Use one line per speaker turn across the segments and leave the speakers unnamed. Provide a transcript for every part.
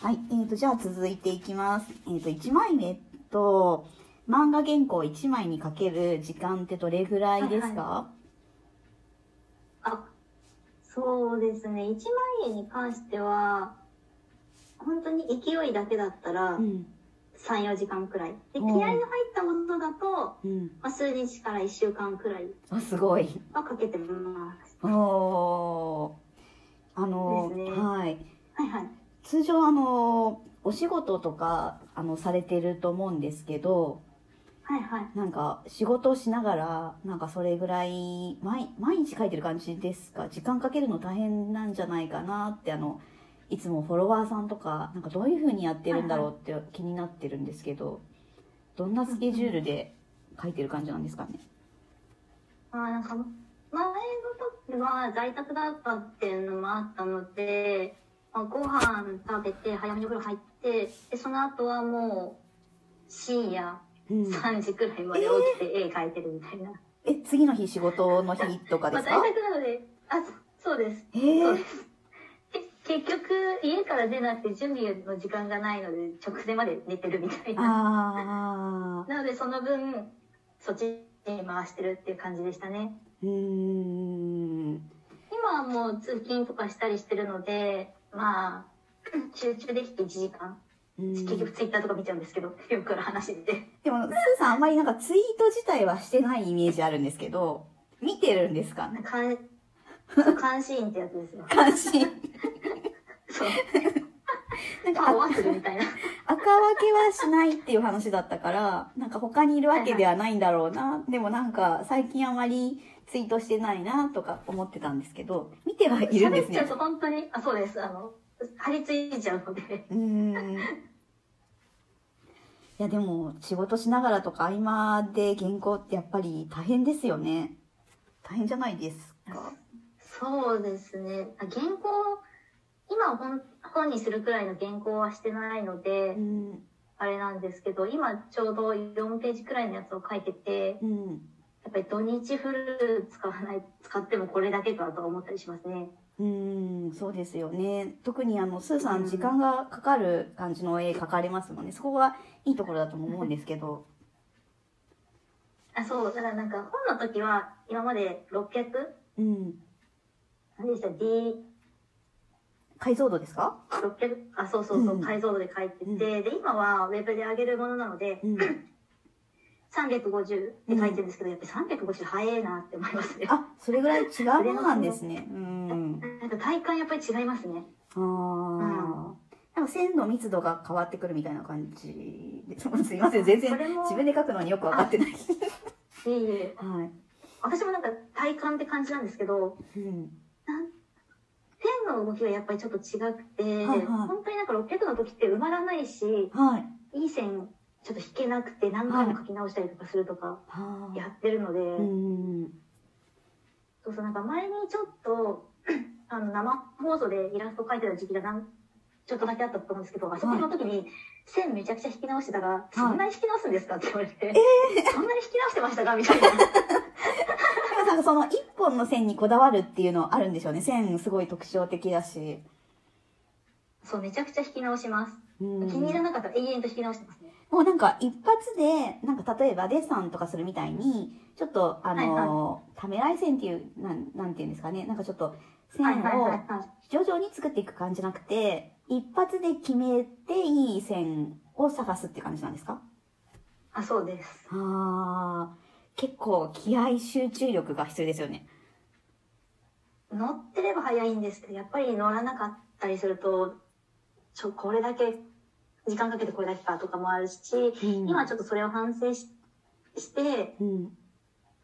はい。えーと、じゃあ続いていきます。えーと、1枚目と、漫画原稿1枚にかける時間ってどれぐらいですか、
あ、そうですね。1万円に関しては、本当に勢いだけだったら
う、ん。
3、4時間くらい。で、気合
うん
の入った音だと、
うん。
まあ、数日から1週間くらい
あ、すごい。
はかけてます。
おおー。あの、
ですね
はい。
はいはい。
通常あの、お仕事とか、あの、されてると思うんですけど、
はいはい。
なんか、仕事をしながら、なんかそれぐらい、毎、毎日書いてる感じですか時間かけるの大変なんじゃないかなって、あの、いつもフォロワーさんとか、なんかどういう風にやってるんだろうって気になってるんですけど、どんなスケジュールで書いてる感じなんですかね
まあなんか、前の時は在宅だったっていうのもあったので、まあ、ご飯食べて、早めにお風呂入って、で、その後はもう、深夜
うん。
3時くらいまで起きて絵描いてるみたいな。
え、次の日仕事の日とかで
まあ、
す
在
か
宅なので、あ、そそうです。
えー
そうです。け結局、家から出なくて準備の時間がないので、直前まで寝てるみたい
あ
な。
あ、
なので、その分、そっちに回してるっていう感じでしたね。
うーん。
今はもう通勤とかしたりしてるので、まあ、集中できて1時間。
うん
結局ツイッターとか見ちゃうんですけど、よくある話で。
でも、スーさんあんまりなんかツイート自体はしてないイメージあるんですけど、見てるんですかね
監、監視員ってやつですよ。
関 心。
そう。
なんか、あ
顔合わせるみたいな。
赤分けはしないっていう話だったから、なんか他にいるわけではないんだろうな。でもなんか、最近あまりツイートしてないなとか思ってたんですけど、見てはいるんで
喋
す
っちゃう
ね
と。本当に、あ、そうです。あの、張り付いちゃうので。
うーん。いやでも、仕事しながらとか合間で原稿ってやっぱり大変ですよね。大変じゃないですか。
そうですね。あ原稿、今は本本にするくらいの原稿はしてないので、
うん。
あれなんですけど、今ちょうど4ページくらいのやつを書いてて、
うん。
やっぱり土日フル使わない、使ってもこれだけかと思ったりしますね。
うーん、そうですよね。特にあの、スーさ、
うんん
時間がかかる感じの絵描かれますもんね。そこがいいところだとも思うんですけど。
あ、そう、だからなんか本の時は今まで 600?
うん。
何でした ?D、
解像度ですか
600? あ、そうそうそう、
うん
解像度で書いてて、
うん
で、今はウェブで上げるものなので、
うん。
350で書いてるんですけど、やっぱり350早いなって思いますね。
あ、それぐらい違うものなんですね。うん。
なんか体感やっぱり違いますね。
ああ。なんか線の密度が変わってくるみたいな感じで。すいません、全然
それも
自分で描くのによくわかってない。
いえいえ。
は
私もなんか体感って感じなんですけど、
い。うん。
ペンの動きがやっぱりちょっと違くて、
はいはい
本当になんか600の時って埋まらないし、
はい。
いい線ちょっと引けなくて何回も書き直したりとかするとか
は
やってるので、
あ。うん。
そうそうなんか前にちょっと あの生放送でイラスト描いてた時期がなんちょっとだけあったと思うんですけど、あそこの時に線めちゃくちゃ引き直してたら、そんなに引き直すんですかって言われて、 そんなに引き直してましたかみたいな。
でもなんかその一本の線にこだわるっていうのあるんでしょうね。線すごい特徴的だし。
そう、めちゃくちゃ引き直します。
うん
気に入らなかったら永遠と引き直してますね。
もうなんか一発で、なんか例えばデッサンとかするみたいに、ちょっとあのためらい線っていう、なん、なんていうんですかね。なんかちょっと線
は
を
いはいはいはい。
徐々に作っていく感じじゃなくて、一発で決めていい線を探すって感じなんですか
あ、そうです。
あー、結構気合集中力が必要ですよね。
乗ってれば早いんですけど、やっぱり乗らなかったりすると、ちょ、これだけ、時間かけてこれだけかとかもあるし、
うん
今ちょっとそれを反省しして、
うん。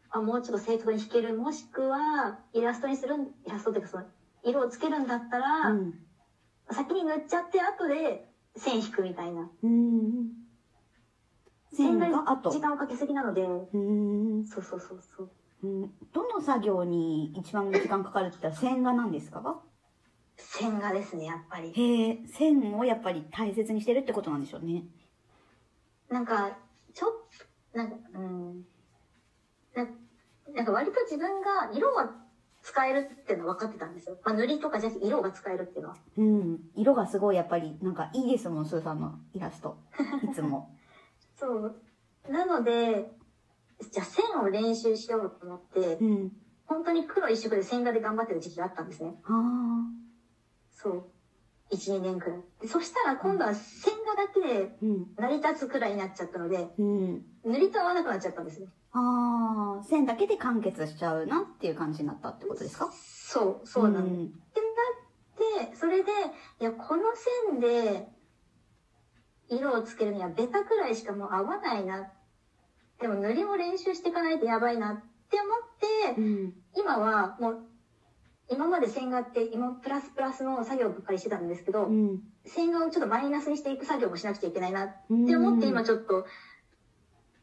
あ、もうちょっと正確に弾ける、もしくは、イラストにするん、イラストっていうかその、色をつけるんだったら、
うん。
先に塗っちゃって、後で線引くみたいな。
うん。線が後。
時間をかけすぎなので、
うん。
そうそうそうそう。
うんどの作業に一番時間かかるって言ったら線画なんですか
線画ですね、やっぱり。
へえ、線をやっぱり大切にしてるってことなんでしょうね。
なんか、ちょっと、なんか、うん。ななんか割と自分が色は使えるっていうのは分かってたんですよ。まあ、塗りとかじゃなくて色が使えるっていうのは。
うん。色がすごいやっぱり、なんかいいですもん、スーさんのイラスト。 いつも。
そう。なので、じゃあ線を練習しようと思って、
うん。
本当に黒一色で線画で頑張ってる時期があったんですね。
あ
そう。1、2年くらい。でそしたら今度は線画だけで
あ。うん。
成り立つくらいになっちゃったので、
うん。
塗りと合わなくなっちゃったんですね。
ああ。線だけで完結しちゃうなっていう感じになったってことですか
そう、そうなんです。
ん
ってなって、それで、いや、この線で、色をつけるにはベタくらいしかもう合わないな。でも塗りも練習していかないとやばいなって思って
う、ん。
今はもう、今まで線画って今プラスプラスの作業ばっかりしてたんですけど、
うん。
線画をちょっとマイナスにしていく作業もしなくちゃいけないなっ
うん
て思って今ちょっと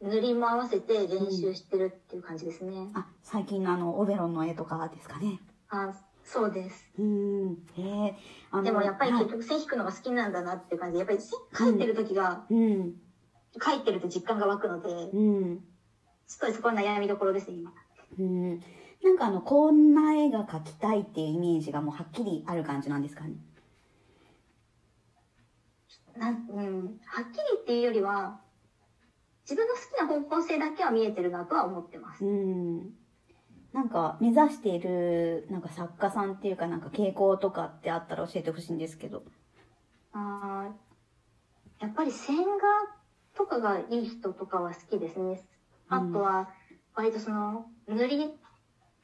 塗りも合わせて練習してるっていう感じですね。
あ、最近のあの、オベロンの絵とかですかね。
あそうです。
うん。へえ。あの
でもやっぱり
は
結
い
局線引くのが好きなんだなっていう感じで、やっぱり線描いてる時が、
うん。
描いてるって実感が湧くので、
うん。
すごいそこは悩みどころですね、今。
うん。なんかあの、こんな絵が描きたいっていうイメージがもうはっきりある感じなんですかね。
なんうん、はっきりっていうよりは、自分の好きな方向性だけは見えてるなとは思ってます。
うん。なんか目指しているなんか作家さんっていうかなんか傾向とかってあったら教えてほしいんですけど。
あーやっぱり線画とかがいい人とかは好きですね。
うん
あとは、割とその、塗り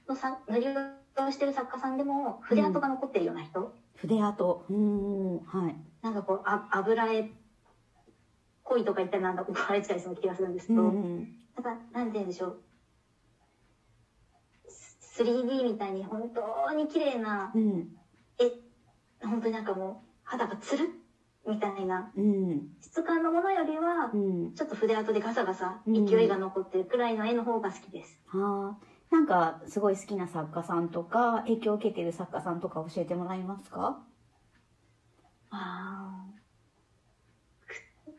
のさ、塗りをしてる作家さんでも、筆跡が残ってるような人。
筆跡。うん。はい。
なんかこう、あ油絵っぽいとか言ったらなんだ怒られちゃいそうな気がするんですけど、
うん。
なんか、なんて言うんでしょう。ス 3D みたいに本当に綺麗な
うん。
絵、本当になんかもう肌がつるっみたいな
うん。
質感のものよりは
う、ん。
ちょっと筆跡でガサガサ
うん
勢いが残ってるくらいの絵の方が好きです。
はあ。なんかすごい好きな作家さんとか影響を受けてる作家さんとか教えてもらえますか
あー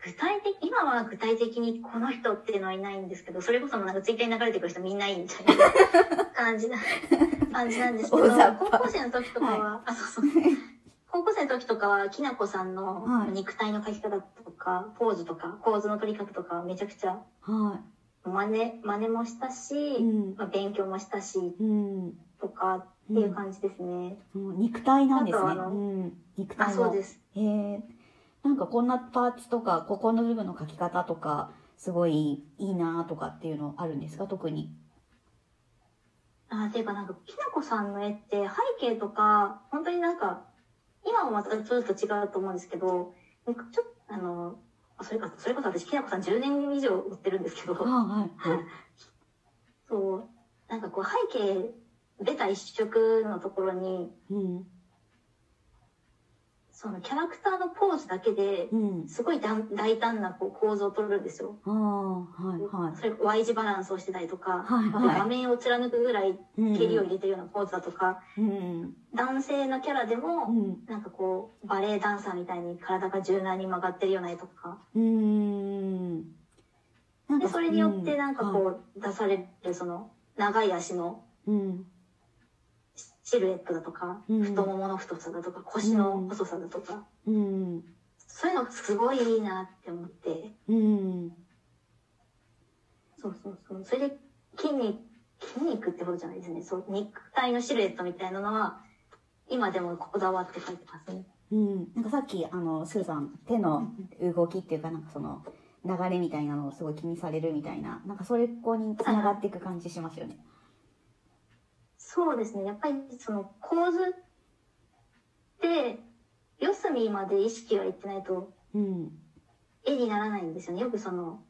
ぐ具体的、今は具体的にこの人っていうのはいないんですけど、それこそもうなんかツイッターに流れてくる人みんないみたい な感じな、感じなんですけど、
大雑把
高校生の時とかは、あ、そうそう。 高校生の時とかは、きなこさんの
はい
肉体の描き方とか、ポーズとか、構図の取り方とか、めちゃくちゃ
は
真似、真似もしたし、
い。うん。
まあ、勉強もしたし、
うん。
とかっていう感じですね。
もう肉体なんですね。
あとあの
うん。肉
あ、
体の。
そうです。
へえ。なんかこんなパーツとか、ここの部分の描き方とか、すごいいいなとかっていうのあるんですか特に。
あていうかなんか、きなこさんの絵って背景とか、本当になんか、今もまたちょっと違うと思うんですけど、なんかちょっと、あの、あそれか、それこそ私、きなこさん10年以上追ってるんですけど、
ああ、はい。
そう、なんかこう背景、ベタ一色のところに、
うん。
そのキャラクターのポーズだけで、
うん。
すごいだん大胆なこう構造を取るんですよ。
ああ、はい、はい。
それ Y 字バランスをしてたりとか、
はいはい
画面を貫くぐらい
うん。
蹴りを入れてるようなポーズだとか、
うん。
男性のキャラでも、
うん。
なんかこう、バレエダンサーみたいに体が柔軟に曲がってるような絵とか。
うん。なん
で、それによってなんか
うんはい
こう、出されるその、長い足の
うん。
シルエットだとか、
うん
太ももの太さだとか、腰の細さだとか、
うん。
そういうのすごいいいなって思って。
うん。
そうそうそう。それで、筋肉、筋肉ってことじゃないですね。そう、肉体のシルエットみたいなのは、今でもこだわって描いてますね。
うん、なんかさっきあのスーさん手の動きっていうかなんかその流れみたいなのをすごい気にされるみたいななんかそれこに繋がっていく感じしますよね。
そうですね。やっぱりその構図って、四隅まで意識がいってないと
うん、
絵にならないんですよね。よくその、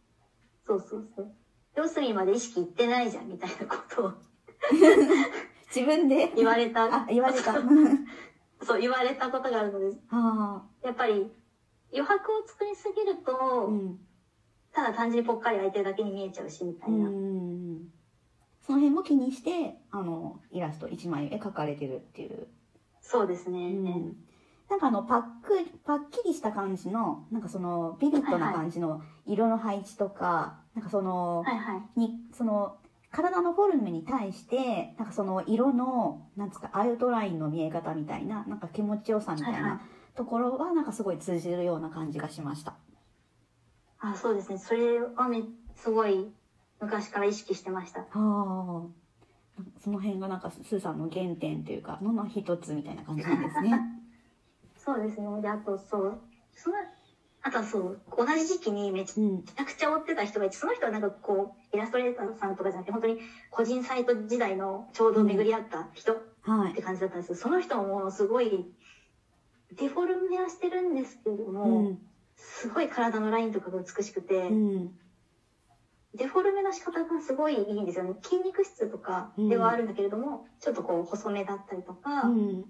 そうそうそう。四隅まで意識いってないじゃんみたいなことを
自分で
言われた。
あ言われた。
そう
あ
そう、言われたことがあるので、
あ、
やっぱり余白を作りすぎると、
うん、
ただ単純にぽっかり空いてるだけに見えちゃうし、みた
う
いな。
ん。その辺も気にしてあのイラスト一枚絵描かれてるっていう。
そうですね。
うんなんかあのパックパッキリした感じのなんかそのビビッドな感じの色の配置とか、なんかその
はいはい。
にその体のフォルムに対して、なんかその色の、なんですか、アウトラインの見え方みたいな、なんか気持ちよさみたい
はいは
なところは、なんかすごい通じるような感じがしました。
あそうですねそれはめすごい昔から意識してました
はあ。その辺がなんかスーさんの原点というか、のの一つみたいな感じなんですね。
そうですねであとそうそのあとはそう同じ時期にめち
うん。
ゃくちゃ追ってた人がいてその人はなんかこうイラストレーターさんとかじゃなくて本当に個人サイト時代のちょうど巡り合った人
は
って
い。
感じだったんですけどその人もすごいデフォルメはしてるんですけれど
う
も、
ん。
すごい体のラインとかが美しくて、
うん。
デフォルメの仕方がすごいいいんですよね筋肉質とかではあるんだけれども、ちょっとこう細めだったりとか、
うん。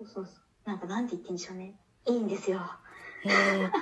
そうそうそうなんかなんて言っていいんでしょうねいいんですよ
へえ